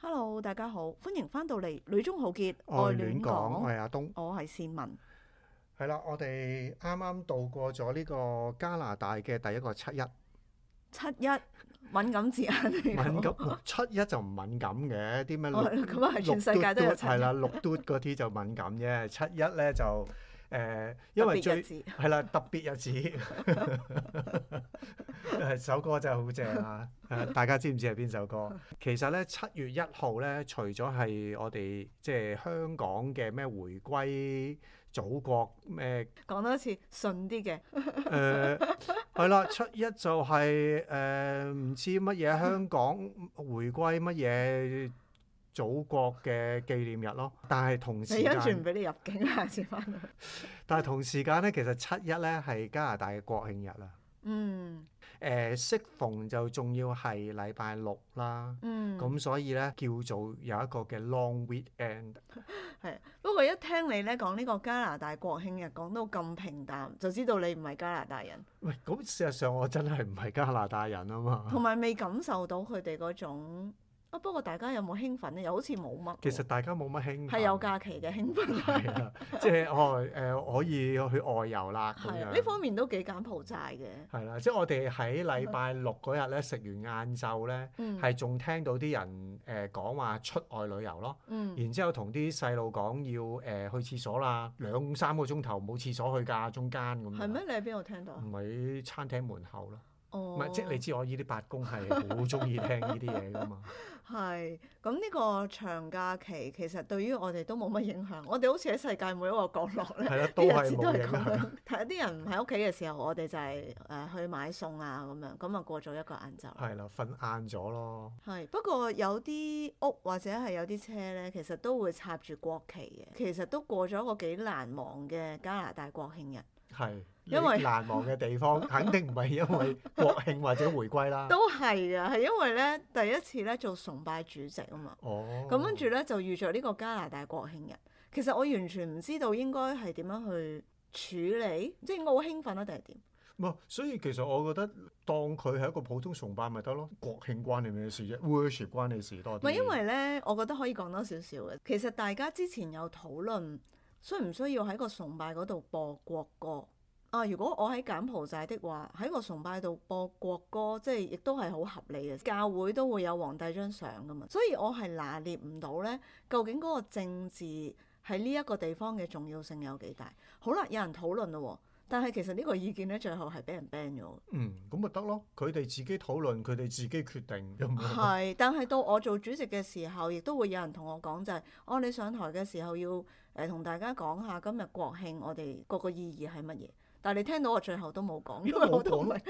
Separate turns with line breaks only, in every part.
Hello，大家好，歡迎翻到嚟《女中豪傑
愛
愛
戀
戀
港，
港
我》，係阿東。
我係善文，
係啦，我哋啱啱度過咗呢個加拿大嘅第一 個七一，
七一敏感字眼嚟
敏
講，
感七一就唔敏感嘅，啲咩
哦
六
咁啊係全世界都有七
係
一
啦，六嘟嗰啲就敏感啫，七一咧就 誒、呃因為
特別日
最
子，
係啦特別日子， 誒首歌真係好正啊！ 誒大家知唔知係邊首歌？其實咧七月一號咧，除咗係我哋即係香港嘅咩回歸祖國咩？
講多一次順啲嘅，
誒呃 係啦，七一就係誒唔知乜嘢香港回歸乜嘢祖國嘅紀念日咯。但係同時
你跟住唔
間，
俾你入境下次翻去。
但係同時間咧，其實七一咧係加拿大嘅國慶日啦。
嗯
誒、適逢就仲要係禮拜六啦，
嗯，
咁、所以咧叫做有一個嘅 long weekend。
係。不過一聽你咧講呢個加拿大國慶日講到咁平淡，就知道你唔係加拿大人，
喂，咁事實上我真係唔係加拿大人啊嘛。
同埋未感受到佢哋嗰種啊。不過大家有冇興奮咧？又好似冇乜喎。
其實大家冇乜興奮。
係有假期嘅興奮。
係啊，即係哦誒、可以去外遊啦咁
係啊，
樣。
呢方面都幾柬埔寨嘅。
係啦，即係我哋喺禮拜六嗰日咧食完晏晝咧，
嗯
係仲聽到啲人誒呃講話出外旅遊咯，
嗯
然之後同啲細路講要誒、去廁所啦，兩三個鐘頭冇廁所去㗎，中間咁樣。
係咩？？你喺邊度聽到啊？
唔喺餐廳門口咯，
哦，
嗯唔係、即係你知我呢啲八公係好中意聽呢啲嘢㗎 嘛。
係咁呢個長假期其實對於我哋都冇乜影響，我哋好似喺世界每一個角落咧，
係啦，都
啲
係
日子都
冇
係
影
咁
響。
樣。睇啲人唔喺屋企嘅時候，我哋就係、誒去買餸啊咁樣，咁啊過咗一個晏晝。
係啦，瞓晏咗咯。
係，不過有啲屋或者係有啲車咧，其實都會插住國旗嘅，其實都過咗一個幾難忘嘅加拿大國慶日，
係，
因
你
為
難忘嘅地方肯定唔係因為國慶或者回歸啦。
都係嘅，係因為咧第一次咧做崇拜主席啊嘛。
哦，
咁跟住咧就遇着呢個加拿大國慶日，其實我完全唔知道應該係點樣去處理，即係我好興奮啊定係點？
唔係，所以其實我覺得當佢係一個普通崇拜咪得咯，國慶關你咩事啫？Worship 關你事多
唔
啲。
係因為咧，我覺得可以講多少少嘅。其實大家之前有討論需唔需要喺個崇拜嗰度播國歌啊？如果我喺柬埔寨的話，喺個崇拜度播國歌，即係亦都係好合理嘅。教會都會有皇帝張相噶嘛，所以我係拿捏唔到咧，究竟嗰個政治喺呢一個地方嘅重要性有幾大？好啦，有人討論咯喎。但係其實呢個意見咧，最後係俾人 ban 咗嘅。
嗯，咁咪得咯，佢哋自己討論，佢哋自己決定咁樣。
係，但係到我做主席嘅時候，亦都會有人同我講就係、哦，你上台嘅時候要誒同、大家講下今日國慶我哋個個意義係乜嘢。但係你聽到我最後都冇講，因為我
我
都唔
講
明。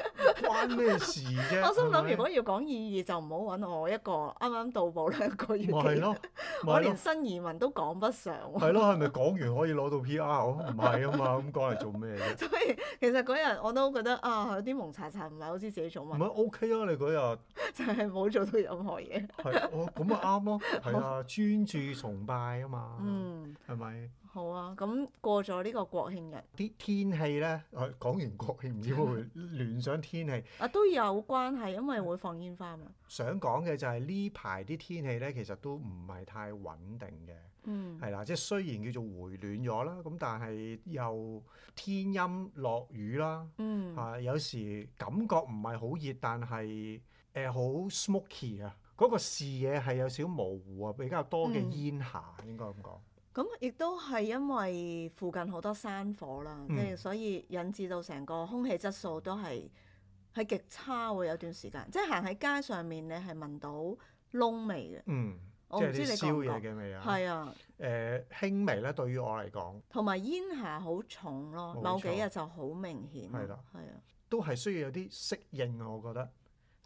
關咩事啫？
我心
係咪
諗，如果要講意義，就唔好揾我一個啱啱到步兩個月
咪係
嘅，
咯，咪
我
係
連
咯，
新移民都講不上喎。
係咯，係咪講完可以攞到 PR？唔係啊嘛，咁講嚟做咩 啫？
所以其實嗰日我都覺得啊，有啲蒙查查，唔係好知自己做
唔
乜，
係 OK 啊，你嗰日。
就係冇做到任何嘢。
係，哦，咁啊啱咯，係啊，專注崇拜啊嘛，
嗯，
係咪？
好啊，咁過咗呢個國慶日。
啲天氣咧，係講完國慶唔知會唔會聯想天氣，
啊都有關係，因為會放煙花嘛。
想講嘅就係呢排啲天氣咧，其實都唔係太穩定嘅，
嗯，
係啦，即係雖然叫做回暖咗啦，咁但係又天陰落雨啦，
嗯，
啊，有時感覺唔係好熱，但係誒好 smoky 啊，嗰、個視野係有少模糊啊，比較多嘅
嗯
煙霞應該咁講。
咁亦都係因為附近好多山火啦，即
嗯
係、所以引致到成個空氣質素都係係極差喎。有段時間，即係行喺街上面，你係聞到燶味嘅。
嗯，
我
即
唔
係
知
啲
你覺
宵
唔
夜
覺？
嘅味啊。
係啊，
誒、輕微咧，對於我嚟講，
同埋煙霞好重咯，
冇
某幾
錯
日就好明顯。
係啦，
係啊，
都係需要有啲適應啊。我覺得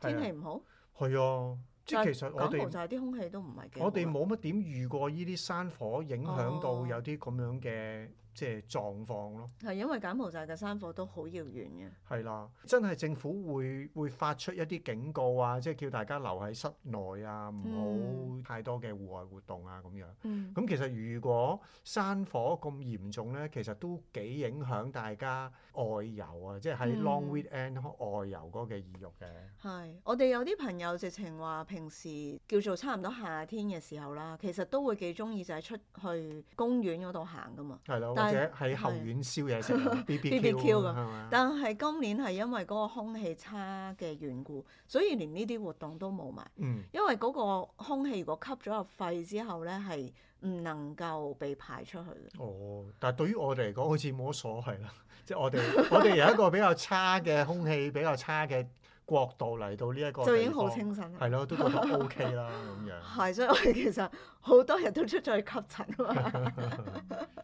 係
天
啊
氣唔好，
係啊，即係
但
其實我
柬埔
哋
寨啲空氣都唔係幾好啊。
我哋冇乜點遇過呢啲山火影響到
哦
有啲咁樣嘅即係狀況咯。
係因為柬埔寨嘅山火都好遙遠嘅，
係啦，真係政府會會發出一啲警告啊，即係叫大家留喺室內啊，唔好
嗯
太多嘅戶外活動啊咁樣。
嗯，
咁其實如果山火咁嚴重咧，其實都幾影響大家外遊啊，即係喺
嗯
long weekend 外遊嗰個嘅意欲嘅。
係。我哋有啲朋友直情話，平時叫做差唔多夏天嘅時候啦，其實都會幾中意就係出去公園嗰度行噶嘛。
係咯，或
但
者
係
喺後
係
院燒嘢食 啊
BBQ
BBQ
咁
啊係嘛？
但係今年係因為嗰個空氣差嘅緣故，所以連呢啲活動都冇埋。
嗯，
因為嗰個空氣如果吸咗入肺之後咧，係唔能夠被排出去嘅。
哦，但係對於我哋嚟講，好似冇乜所謂啦。 即係我哋我哋由一個比較差嘅空氣、比較差嘅國度嚟到呢一個
就已經
地
好
方
清醒啦
係咯，都覺 得 OK 啦咁樣。
係，所以我哋其實好多人都出咗去吸塵啊 嘛。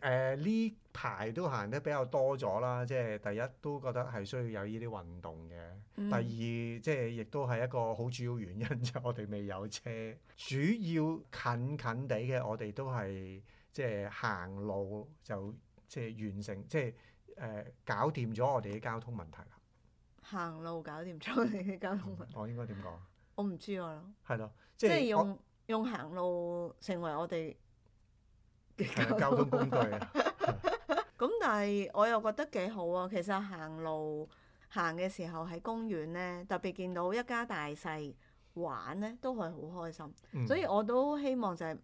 誒呢排都行得比較多咗啦，即係第一都覺得係需要有呢啲運動嘅，
嗯
第二即係亦都係一個好主要原因， 就係我哋未有車，主要近近地嘅我哋都係即係行路就即係完成，即係誒、呃搞掂咗我哋嘅交通問題啦。
行路搞掂咗你嘅交通問題，
我應該點講？
我唔知啊，
係咯，
嗯即
即
係
係我
用用行路成為我哋
係啊 交通工 具啊，
咁，但係我又覺得幾好啊。其實行路行嘅時候喺公園咧，特別見到一家大細玩咧，都係好開心。
嗯
所以我都希望就係、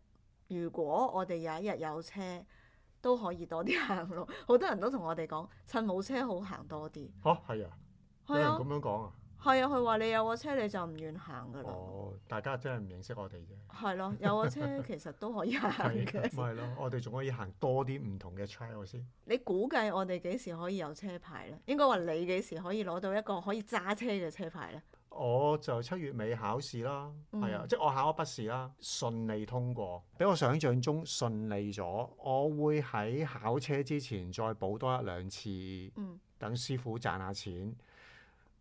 如果我哋有一日有車，都可以多啲 行路。好多人都同我哋講，趁冇車好行多啲。
嚇係啊，有
係
人
啊
咁，樣講啊，
係啊，佢話你有個車你就唔願行噶啦。
哦，大家真係唔認識我哋啫。
係咯，有個車其實都可以行
係，啊
嘅。
咪咯？我哋仲可以行多啲唔同嘅 trail 先。
你估計我哋幾時可以有車牌咧？應該話你幾時可以攞到一個可以揸車嘅車牌咧？
我就七月尾考試啦，
嗯
係啊，即係我考咗筆試啦，順利通過，比我想象中順利咗。我會喺考車之前再補多一兩次，
嗯，
等師傅賺下 錢，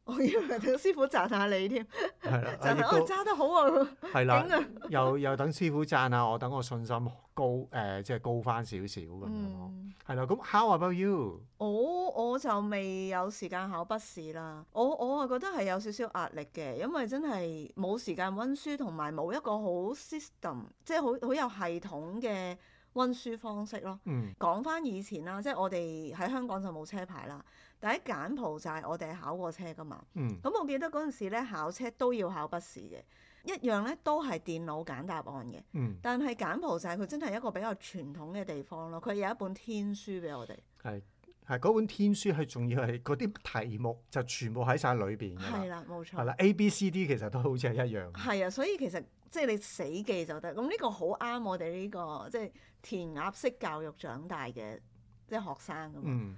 我以為等師傅讚下你添，
係啦，
讚
啊亦
下我
都
揸得好 啊！勁
係啦，
啊！
又又等師傅賺下我，等我信心高誒、即係高翻少少咁樣咯。
嗯，
係啦，咁 How about you？
我我就未有時間考筆試啦。我我啊係覺得係有少少壓力嘅，因為真係冇時間温書，同埋冇一個好 system，即係好好有系統嘅温書方式咯。
嗯
講翻以前啦，即係我哋喺香港就冇車牌啦，但喺柬埔寨我哋係考過車噶嘛。
嗯
咁我記得嗰陣時咧考車都要考筆試嘅，一樣咧都係電腦揀答案嘅。
嗯，
但係柬埔寨佢真係一個比較傳統嘅地方咯，佢有一本天書俾我哋，
係係嗰本天書係仲要係嗰啲題目就全部喺晒裏邊㗎啦
係。啦，冇
係
錯，
啦，A、B、C、D 其實都好似係一樣。
係啊，所以其實即係你死記就得。咁呢個好啱我哋呢、個即係填鴨式教育長大嘅即係學生咁。
嗯，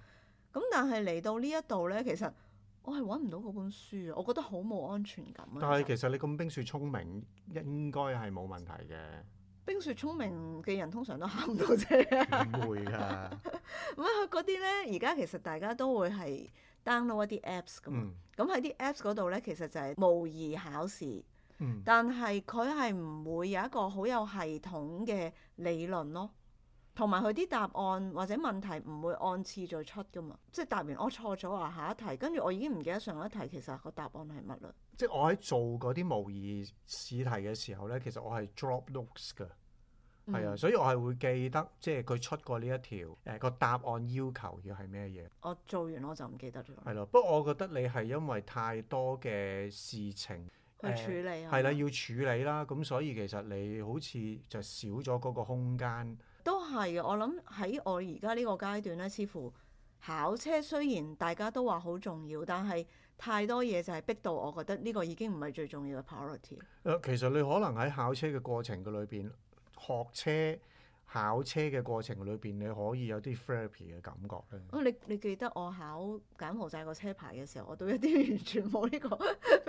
咁但係嚟到呢一度咧，其實我係揾唔到嗰本書啊，我覺得好冇安全感啊。
但係
其實
其實你咁冰雪聰明，應該係冇問題 嘅，
冰雪聰明嘅人通常都考唔到啫。
唔會㗎。
咁啊，嗰啲咧，而家其實大家都會係 download 一啲 apps 咁嘛。
嗯
咁喺啲 apps 嗰度咧，其實就係模擬考試，
嗯
但係佢係唔會有一個好有系統嘅理論咯。同埋佢啲答案或者問題唔會按次序出噶嘛，即係答完我錯咗啊，下一題，跟住我已經唔記得上一題其實個答案係乜啦。
即係我喺做嗰啲模擬試題嘅時候咧，其實我係 drop notes 㗎，係啊，
嗯，
所以我係會記得，即係佢出過呢一條誒、個答案要求要係咩嘢，
我做完我就唔記得咗，
係咯。不過我覺得你係因為太多嘅事情。誒
去處理啊。
係啦，要處理啦，咁所以其實你好似就少咗嗰個空間，
都係嘅，我諗喺我而家呢個階段咧，似乎考車雖然大家都話好重要，但係太多嘢就係逼到我覺得呢個已經唔係最重要嘅 priority。
誒，呃其實你可能喺考車嘅過程嘅裏邊，學車、考車嘅過程裏邊，你可以有啲 therapy 嘅感覺咧。
啊，你你記得我考柬埔寨個車牌嘅時候，我都一啲完全冇呢個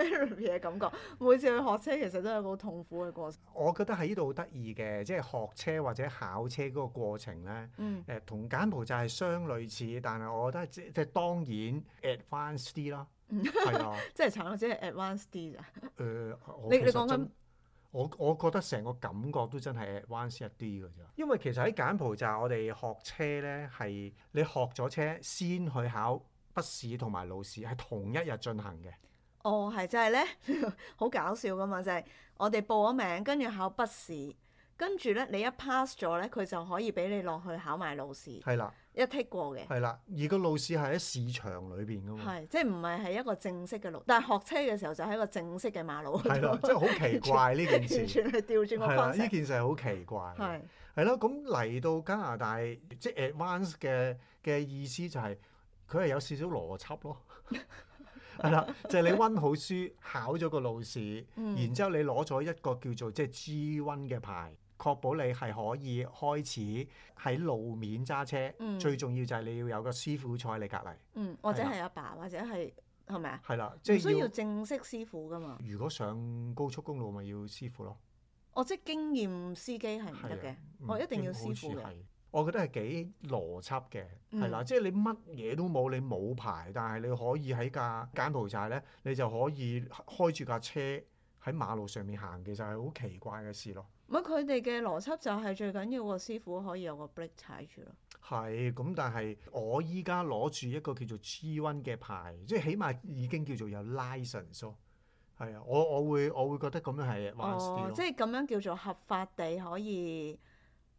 therapy 嘅感覺。每次去學車其實都係一個好痛苦嘅過程。
我覺得喺呢度好得意嘅，即係學車或者考車嗰個過程咧，誒、
嗯
同柬埔寨係相類似，但係我覺得即即係當然 advanced 啲啦，係啊，
啊即係慘，只係 advanced 啲咋。
呃誒、我
你
其
你
實
講緊
真我我覺得成個感覺都真係 advance 一啲㗎咋，因為其實喺柬埔寨我哋學車呢，係你學咗車先去考筆試同埋路試，係同一日進行嘅。
哦，係就係咧， 好搞笑噶嘛！就係、我哋報咗名，跟住考筆試，跟住咧你一 pass 咗咧，佢就可以俾你落去考埋路試，
係啦，
一剔過嘅，
係啦，而個路試係喺市場裏邊㗎嘛。
係即係唔係係一個正式嘅路，但係學車嘅時候就喺一個正式嘅馬路嗰度，
係啦，真係好奇怪呢 件
完
事。
全係調轉個
係啦，
方
呢
式，
件事係好奇怪嘅。
係
係咯，咁嚟到加拿大，即係 advance 嘅嘅意思就係佢係有少少邏輯 咯。係啦，就係、你温好書，考咗個路試，
嗯
然之後你攞咗一個叫做即係 G 1嘅牌，確保你係可以開始喺路面揸車。
嗯
最重要就係你要有個師傅坐喺你隔離，
嗯，或者
係啦
係阿爸或者係係咪啊？
係啦，即
唔需
係
要
要。
正式師傅噶嘛，
如果上高速公路咪要師傅咯，
我哦即係經驗司機係唔得
係
嘅
啊，，嗯
我一定要
好
師傅
似
嘅
係我覺得係幾邏輯嘅，係
嗯
啦，即係你乜嘢都冇，你冇牌，但係你可以喺架柬埔寨咧，你就可以開住架車喺馬路上面行，其實係好奇怪嘅事咯。
唔係佢哋嘅邏輯就係最緊要個師傅可以有個 break 踩住咯。
係，咁但係我依家攞住一個叫做 G1 嘅牌，即係起碼已經叫做有 license 咯。係啊，我我會我會覺得咁樣係 advanced 啲
哦
咯，
即係咁樣叫做合法地可以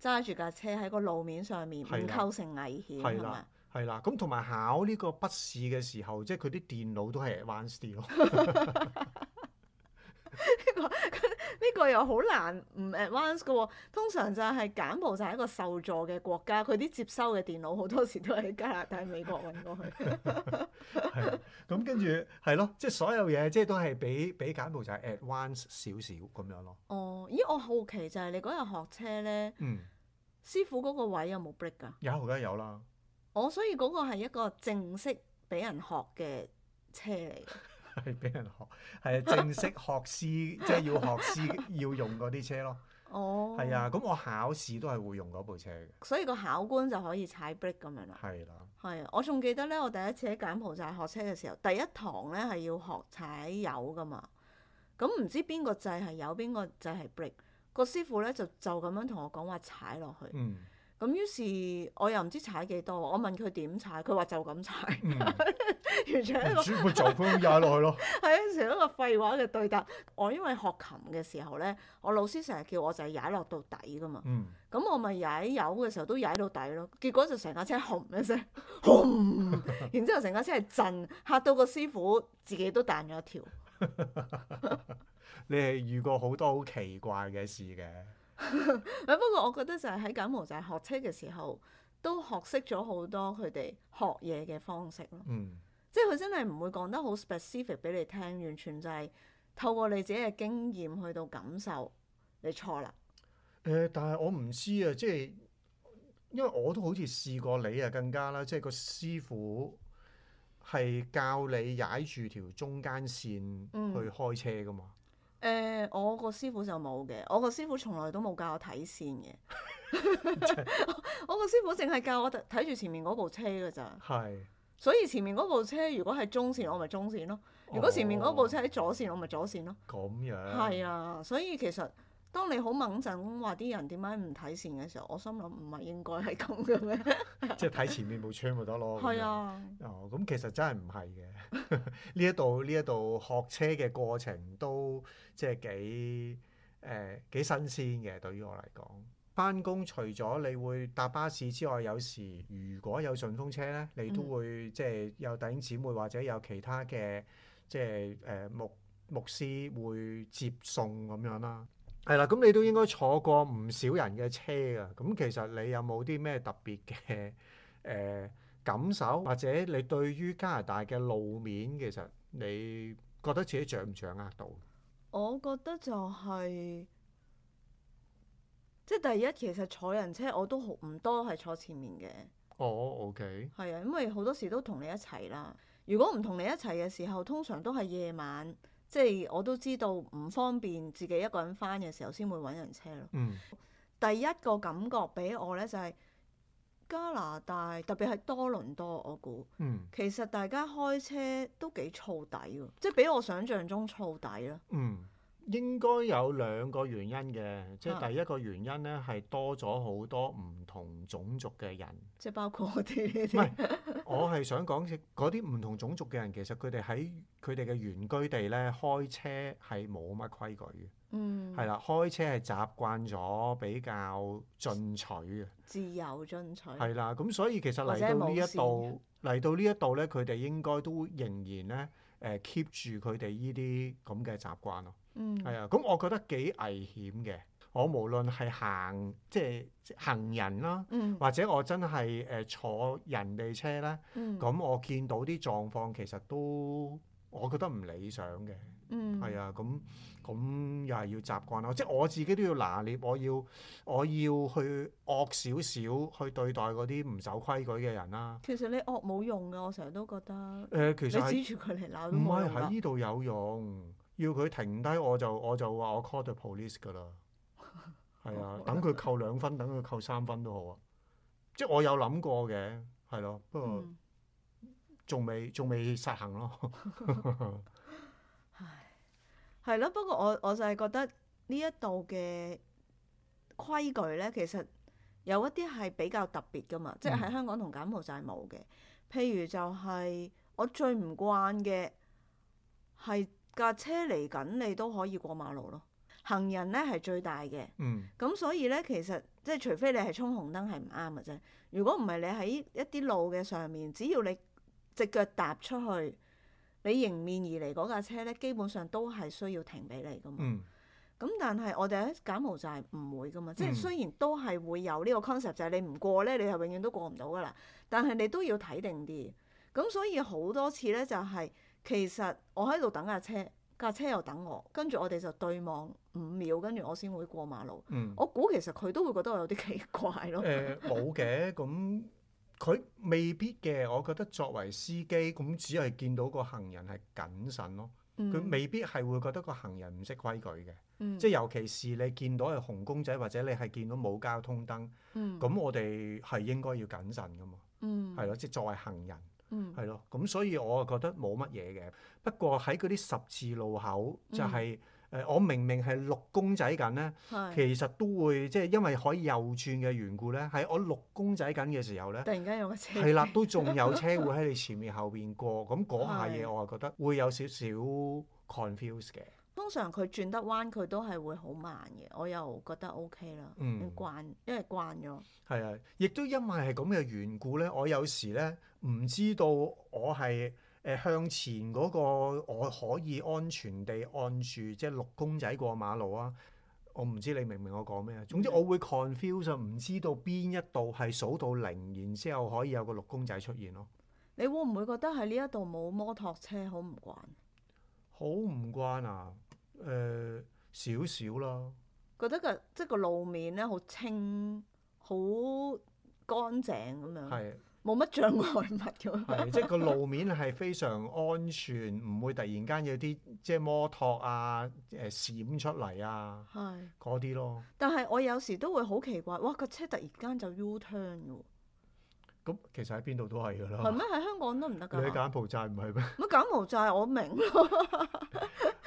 揸住架車喺個路面上面，唔
係啦
構成危險
係
係
啦
嘛？
係啦，咁同埋考呢個筆試嘅時候，即係佢啲電腦都係 advanced 啲咯。
呢個又好難唔 advance 嘅喎。通常就係柬埔寨一個受助嘅國家，佢啲接收嘅電腦好多時都係喺加拿大、美國運過去。
係啊咁跟住係咯，即係所有嘢即係都係比比柬埔寨 advance 少少咁樣咯。
哦，咦，我好奇就係你嗰日學車咧，
嗯，
師傅嗰個位有冇 break 㗎？
有梗係有啦，
我、所以嗰個係一個正式俾人學嘅車嚟嘅。
係俾人學係啊正式學師，即係要學師要用嗰啲車咯。
哦，
係啊，咁我考試都係會用嗰部車嘅，
所以個考官就可以踩 break 咁樣啦。
係啦，
係啊，我仲記得咧，我第一次喺柬埔寨學車嘅時候，第一堂咧係要學踩油噶嘛。咁唔知邊個掣係油，邊個掣係 brake。個師傅咧就就咁樣同我講話踩落去。
嗯
咁於是我又唔知踩幾多，我問佢點踩，佢話就咁踩，
嗯，
完全係一個
專門就咁踩落去咯，
係啊，成一個廢話嘅對答。我因為學琴嘅時候咧，我老師成日叫我就係踩落到底噶嘛。
嗯，
咁我咪踩油嘅時候都踩到底咯，結果就成架車轟一聲， 轟，然之後成架車係震，嚇到個師傅自己都彈咗一跳。
你係遇過好多好奇怪嘅事嘅，
誒不過我覺得就係喺柬埔寨學車嘅時候，都學識咗好多佢哋學嘢嘅方式咯。
嗯
即係佢真係唔會講得好 specific 俾你聽，完全就係透過你自己嘅經驗去到感受，你錯啦。
誒、但係我唔知啊，即係因為我都好似試過你啊，更加啦，即係個師傅係教你踩住條中間線
嗯
去開車噶嘛，
誒、呃我個師傅就冇嘅，我個師傅從來都冇教我睇線嘅。 我個師傅淨係教我睇住前面嗰部車㗎咋，
係、
所以前面嗰部車如果係中線，我咪中線咯；如果前面嗰部車
哦
喺左線，我咪左線咯。
咁樣，
係啊，所以其實當你好猛陣咁話啲人點解唔睇線嘅時候，我心諗唔係應該係咁嘅咩？
即係睇前面冇車咪得咯，
啊
咁
係
樣
啊，
哦，咁其實真係唔係嘅， 呢一度呢一度學車嘅過程都即係幾誒、幾新鮮嘅，對於我嚟講。翻工除咗你會搭巴士之外，有時如果有順風車咧，你都
嗯
會、即係有弟兄姊妹或者有其他嘅即係誒、牧牧師會接送咁樣啦。係啦，咁你都應該坐過唔少人嘅車㗎。咁其實你有冇啲咩特別嘅誒？感受，或者你對於加拿大嘅路面，其實你覺得自己掌唔掌握到？
我覺得就係、即係第一，其實坐人車我都好唔多係坐前面嘅。
哦，OK，
係啊，因為好多時都同你一齊啦。如果唔同你一齊嘅時候，通常都係夜晚，即係我都知道唔方便自己一個人翻嘅時候，先會揾人車咯。
嗯
第一個感覺俾我呢，就係、加拿大，特別係多倫多，我估
嗯
其實大家開車都幾燥底喎，即係比我想象中燥底啦。
嗯，應該有兩個原因嘅，即
啊
係第一個原因咧係多咗好多唔同種族嘅 人。
即係包括我哋呢
唔
啲
係我係想講，嗰啲唔同種族嘅人，其實佢哋喺佢哋嘅原居地咧，開車係冇乜規矩嘅，
嗯
係啊啦、開車係習慣咗比較進取嘅，
自由進取，
係啊啦，咁所以其實
或
嚟
者係
到呢
冇
一
線
度，嚟到呢一度咧，佢哋應該都仍然咧誒 keep 住佢哋呢啲咁嘅習慣咯，
嗯
係啊，咁我覺得幾危險嘅。我無論係行即係即係行人啦，
嗯
或者我真係誒、呃坐人哋車咧。
嗯
咁我見到啲狀況其實都，我覺得唔理想嘅，
嗯
係啊，咁咁又係要習慣咯，即係我自己都要拿捏，我要我要去惡少少去對待嗰啲唔守規矩嘅人啦。
其實你惡冇用噶，我成日都覺得
誒、其實係
你指住佢嚟鬧都
唔
冇
係
用啊
喺
㗎
呢度有用，要佢停低我就我就話我 call the police 㗎啦，係啊，等佢扣兩分，等佢扣三分都好啊，即係我有諗過嘅，係咯，不過
嗯
仲未仲未實行咯。
係咯，不過我我就係覺得呢一度嘅規矩咧，其實有一啲係比較特別噶嘛，即係喺
嗯
香港同柬埔寨冇嘅。譬如就係、我最唔慣嘅係架車嚟緊，你都可以過馬路咯。行人咧係最大嘅，
嗯
咁所以咧其實即係除非你係衝紅燈係唔啱嘅啫。如果唔係你喺一啲路嘅上面，只要你只腳踏出去，你迎面而嚟嗰架車咧，基本上都係需要停俾你噶嘛。
嗯
咁但係我哋喺柬埔寨唔會噶嘛，即係
嗯
雖然都係會有呢個 concept，就係你唔過咧，你係永遠都過唔到噶啦。但係你都要睇定啲。咁所以好多次咧就係、其實我喺度等架車，架車又等我，跟住我哋就對望五秒，跟住我先會過馬路。
嗯，
我估其實佢都會覺得我有啲奇怪咯。
誒冇嘅，咁佢未必嘅。我覺得作為司機，咁只係見到個行人係謹慎咯，
嗯
佢未必係會覺得個行人唔識規矩嘅。
嗯
即係尤其是你見到係紅公仔，或者你係見到冇交通燈，
嗯
咁我哋係應該要謹慎噶嘛，
嗯
係咯，即係作為行人
嗯
係咯。咁所以我覺得冇乜嘢嘅。不過喺嗰啲十字路口
嗯
就係、誒我明明係綠公仔緊咧，
係
其實都會即係因為可以右轉嘅緣故咧，喺我綠公仔緊嘅時候咧
突，然間有個車
係啦，都仲有車會喺你前面後邊過，咁嗰下
係
嘢我係啊覺得會有少少 confuse 嘅。
通常佢轉得彎，佢都係會好慢嘅，我又覺得 O K 啦，
嗯
慣，因為慣咗，
係啊，亦都因為係咁嘅緣故咧，我有時咧唔知道我係誒向前嗰個我可以安全地按住即係綠公仔過馬路啊。我唔知你明唔明我講咩啊？總之我會 confuse 啊唔知道邊一度係數到零，然之後可以有個綠公仔出現咯。
你會唔會覺得喺呢一度冇摩托車好唔慣？
好唔慣啊！誒、少少啦，
覺得個即係個路面咧好清、好乾淨咁樣，
係
冇乜障礙物咁樣。
係，即係個路面係非常安全，唔會突然間有啲即係摩托啊、誒、閃出嚟啊
係，
嗰啲咯。
但係我有時都會好奇怪，哇！個車突然間就 U turn 嘅喎，
咁其實喺邊度都係㗎
係
啦。
咩？喺香港都唔得
啊 你喺
㗎。
柬埔寨唔 係咩？
乜柬埔寨我明咯，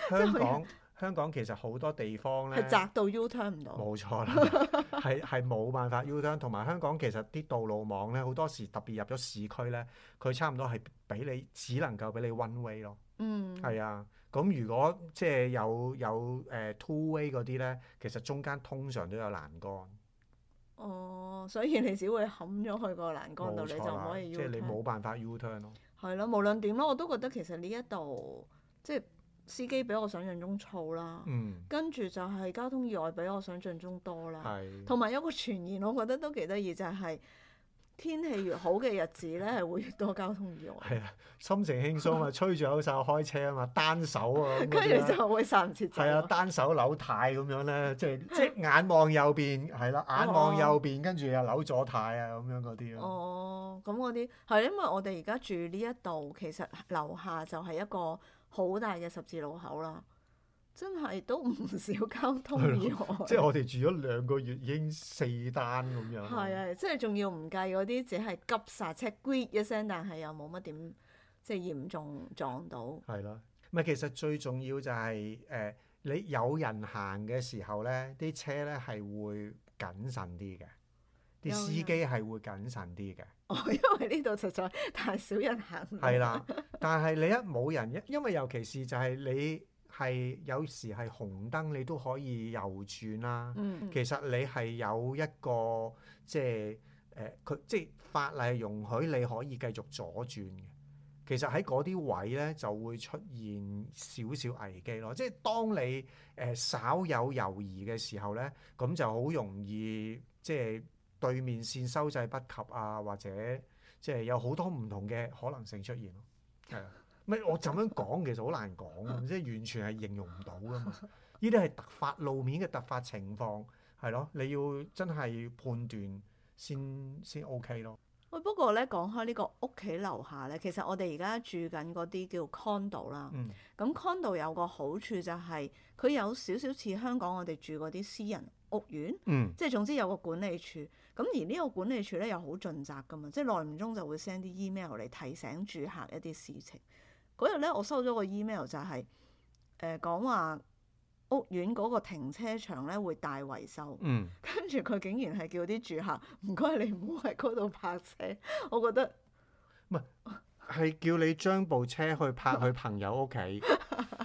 香港香港其實好多地方 咧
係，窄到 U turn 唔到。
冇 錯啦，係係冇辦法 U turn，同埋香港其實啲道路網咧好多時特別入咗市區咧，佢差唔多係俾你只能夠俾你 one way 咯。
嗯，
係啊，咁如果即係有有誒、呃 two way 嗰啲咧，其實中間通常都有欄杆，
哦，所以你只會冚咗去個欄杆度，
冇
你就
錯
唔
啦
可，以 U
即係你
turn。
冇辦法 U turn 咯。
係咯，無論點咯，我都覺得其實呢一度即係司機比我想象中燥啦，
嗯，
跟住就係交通意外比我想象中多啦，
係
同埋有個傳言，我覺得都幾得意，就係、天氣越好嘅日子咧，係會越多交通意外，
係啊，心情輕鬆啊，吹住口哨開車啊嘛，單手啊咁嗰
跟
啲
住
呢。
就會殺唔切仔
係啊，
咯。
單手扭軚咁樣咧，即 係即係眼望右邊，係啦，眼望右邊，跟住又扭左軚啊，咁樣嗰啲咯。
哦，咁嗰啲係因為我哋而家住呢一度，其實樓下就係一個好大嘅十字路口啦，真係都唔少交通意外。
即係我哋住咗兩個月，已經四單咁樣。
係，啊，即係仲要唔計嗰啲只係急剎車 greet 一聲，但係又冇乜點即係嚴重撞到。
啊係啦，唔係其實最重要就係誒你有人行嘅時候咧，啲車咧係會謹慎啲嘅，
有
啲司
人
機係會謹慎啲嘅，
哦，因為呢度實在太少人行。
係。啊啦。但係你一冇人，因因為尤其是就係你係有時係紅燈，你都可以右轉啦。
嗯，
其實你係有一個即係誒，佢、即係法例容許你可以繼續左轉嘅。其實喺嗰啲位咧就會出現少少危機咯。即係當你誒、呃稍有猶豫嘅時候咧，咁就好容易即係對面線收掣不及啊，或者即係有好多唔同嘅可能性出現咯。係啊，唔係我咁樣講其實好難講，啊即係完全係形容唔到噶嘛。呢啲係突發路面嘅突發情況，係咯，你要真係判斷先先 OK 咯。
喂，不過咧講開呢個屋企樓下咧，其實我哋而家住緊嗰啲叫 condo 啦。
嗯，
咁 condo 有個好處就係佢有少少似香港我哋住嗰啲私人屋苑，
嗯，
即係總之有個管理處。咁而呢個管理處咧又好盡責噶嘛，即係耐唔中就會 send 啲 email 嚟提醒住客一啲事情。嗰日咧我收咗個 email 就係、誒、講話屋苑嗰個停車場咧會大維修。
嗯，
跟住佢竟然係叫啲住客唔該你唔好喺嗰度泊車，我覺得
係叫你將部車去 泊去朋友屋企，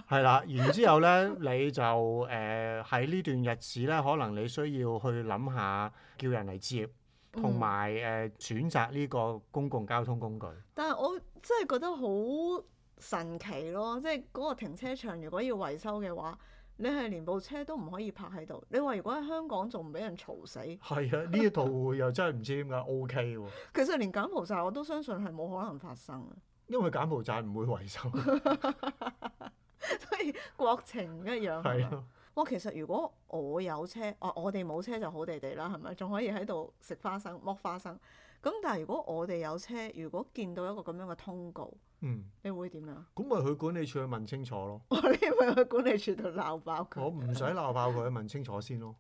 係啦。然之後咧，你就誒喺呢段日子咧，可能你需要去諗下叫人嚟接，同埋誒選擇呢個公共交通工具。
但係我真係覺得好神奇咯，即係嗰個停車場如果要維修嘅話，你係連部車都唔可以泊喺度。你話如果喺香港仲唔俾人嘈死，
係啊，呢一度又真係唔知點解 OK 喎。
其實連柬埔寨我都相信係冇可能發生啊嘅，
因為柬埔寨唔會維修，
所以國情唔一樣。係
係
嘛
啊，
哇，其實如果我有車，啊我哋冇車就好地地啦，係咪？仲可以喺度食花生、剝花生。咁但係如果我哋有車，如果見到一個咁樣嘅通告，
嗯。
你會點樣？
咁咪去管理處去問清楚咯。
我呢咪去管理處度鬧爆佢，
我唔使鬧爆佢，問清楚先咯。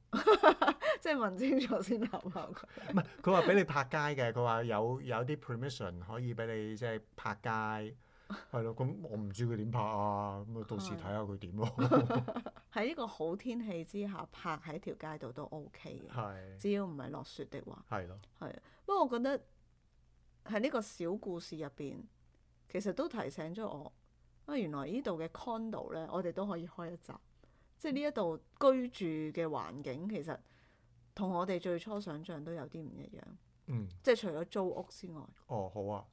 即係問清楚先鬧爆佢。
唔係，佢話俾你拍街嘅，佢話有有啲 permission 可以俾你即係拍街，係咯。咁我唔知佢點拍啊，咁啊到時睇下佢點咯。
喺呢個好天氣之下泊喺條街度都 OK 嘅，
係
只要唔係落雪的話，
係咯，
係。不過我覺得喺呢個小故事入邊，其實都提醒咗我，啊原來呢度嘅 condo 咧，我哋都可以開一集，即係呢一度居住嘅環境其實同我哋最初想像都有啲唔一樣，
嗯，
即係除咗租屋之外，
哦好啊，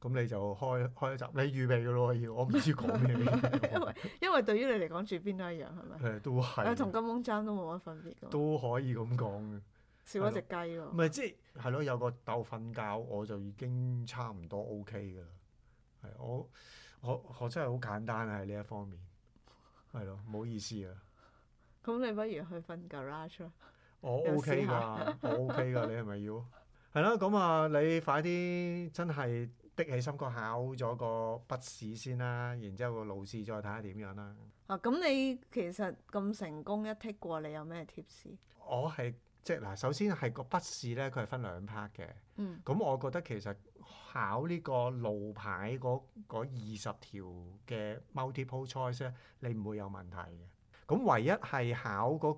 咁你就開開一集，你預備嘅咯要，我唔知講咩
因為因為對於你嚟講住邊都一樣係咪？
誒都
啊同
係
金鐘站都冇乜分別㗎嘛，
都可以咁講嘅。
少咗隻雞喎
唔。係即係係咯，有個鬥瞓覺我就已經差唔多 OK 㗎啦。係我我我真係好簡單啊喺呢一方面，係咯，唔好意思啊，
咁你不如去瞓 garage 啦。
我
又
OK
試
㗎，我 OK 㗎，你係咪要？係啦，咁啊，你快啲真係的起心肝考咗個筆試先啦，然之後個路試再睇下點樣啦。
啊，咁你其實咁成功一剔過，你有咩 tips？
我係即係嗱，首先係個筆試咧，佢係分兩 part 嘅。
嗯，
咁我覺得其實考呢個路牌嗰嗰二十條嘅 multiple choice 咧，你唔會有問題嘅。咁唯一係考嗰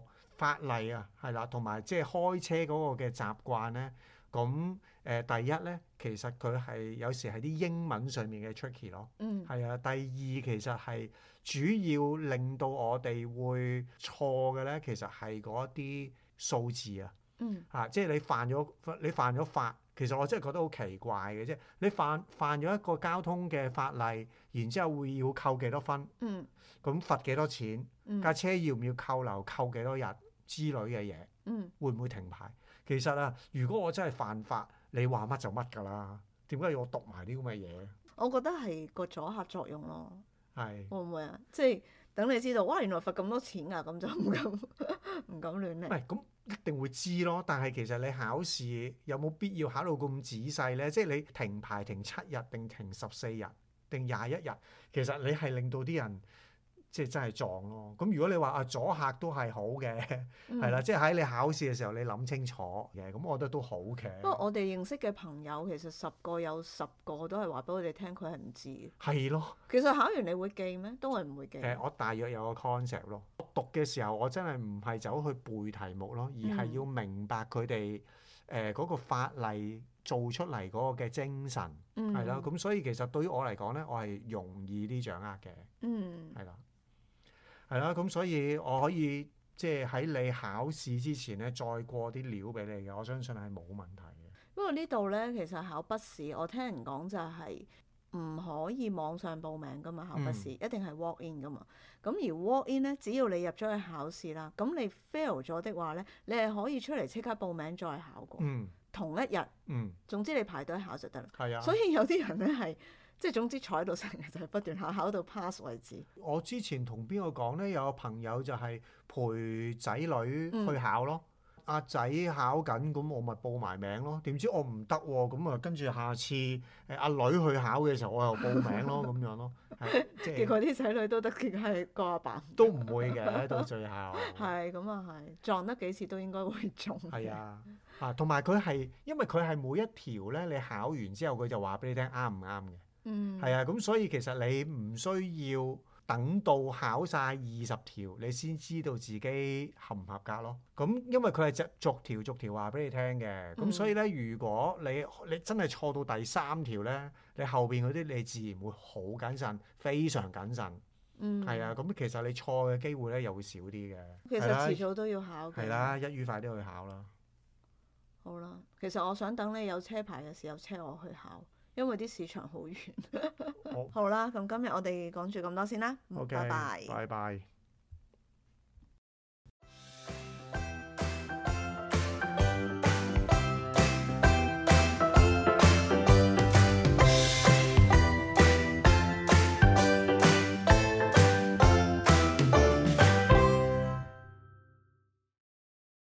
個法例啊，係啦，同埋即係開車嗰個嘅習慣咧。咁誒、呃第一咧，其實佢係有時係啲英文上面嘅 tricky 咯。
嗯，
係啊，第二其實係主要令到我哋會錯嘅咧，其實係嗰啲數字啊。
嗯，
啊，即係你犯咗你犯咗法，其實我真係覺得好奇怪嘅啫。你犯犯咗一個交通嘅法例，然之後會要扣幾多分，
嗯，
咁罰幾多錢，
嗯，
架車要唔要扣留，扣幾多日之類嘅嘢，
嗯，
會唔會停牌？其實啊，如果我真係犯法，你話乜就乜㗎啦，點解要我讀埋啲咁嘅嘢？
我覺得係個阻嚇作用咯，
係
會唔會啊？即係等你知道，哇，原來罰咁多錢㗎，咁就唔敢 唔敢亂
唔
嚟。
係咁一定會知咯？但係其實你考試有冇必要考到咁仔細咧？即係你停牌停七日定停十四日定廿一日，其實你係令到啲人即係真係撞咯。咁如果你話啊阻嚇都係好嘅，
嗯
係啦，即係喺你考試嘅時候你諗清楚嘅，咁我覺得都好嘅。
不過我哋認識嘅朋友，其實十個有十個都係話俾我哋聽，佢係唔知嘅。
係咯，
其實考完你會記咩？都係唔會記。
誒、我大約有個 concept 咯。我讀嘅時候，我真係唔係走去背題目咯，而係
嗯
要明白佢哋誒嗰個法例做出嚟嗰個嘅精神
嗯
係啦。咁、所以其實對於我嚟講咧，我係容易啲掌握嘅。
嗯
係啦，係啦，咁所以我可以即係喺你考試之前咧，再過啲料俾你嘅，我相信係冇問題嘅。
不過呢度呢，其實考筆試，我聽人講就係唔可以網上報名噶嘛，考
嗯
筆試、一定係 walk in 噶嘛。咁而 walk in 呢，只要你入咗去考試啦，咁你 fail 咗的話呢，你係可以出嚟即刻報名再考過，
嗯
同一日。
嗯，
總之你排隊考就得啦。
係啊。
所以有啲人呢，係即係總之坐喺度成日就係不斷考，考到 pass 為止。
我之前同邊個講咧，有個朋友就係陪仔女
嗯
去考咯。阿仔考緊，咁我咪報埋名咯。點知我唔得喎，咁啊跟住下次誒阿女去考嘅時候，我又報名咯，咁樣咯，係即
結
係
果啲仔女都得，結果係個阿爸。
都唔會 嘅，到最後
係咁啊，係撞得幾次都應該會中。
係，啊，啊，同埋佢係因為佢係每一條咧，你考完之後佢就話俾你聽啱唔啱嘅，係、
嗯，
啊，咁所以其實你唔需要等到考晒二十條，你先知道自己合唔合格咯。咁因為佢係逐逐條逐條話俾你聽嘅，咁
嗯
所以咧，如果你你真係錯到第三條咧，你後邊嗰啲你自然會好謹慎，非常謹慎，
嗯，
係啊，咁其實你錯嘅機會咧又會少啲嘅，
其實
係啦
遲早都要考嘅。
係啦，一於快啲去考 啦。
好啦，其實我想等你有車牌嘅時候車我去考，因為啲市場好遠。
好
好啦，咁今日我哋講住咁多先啦。嗯
OK，
拜拜。
拜拜。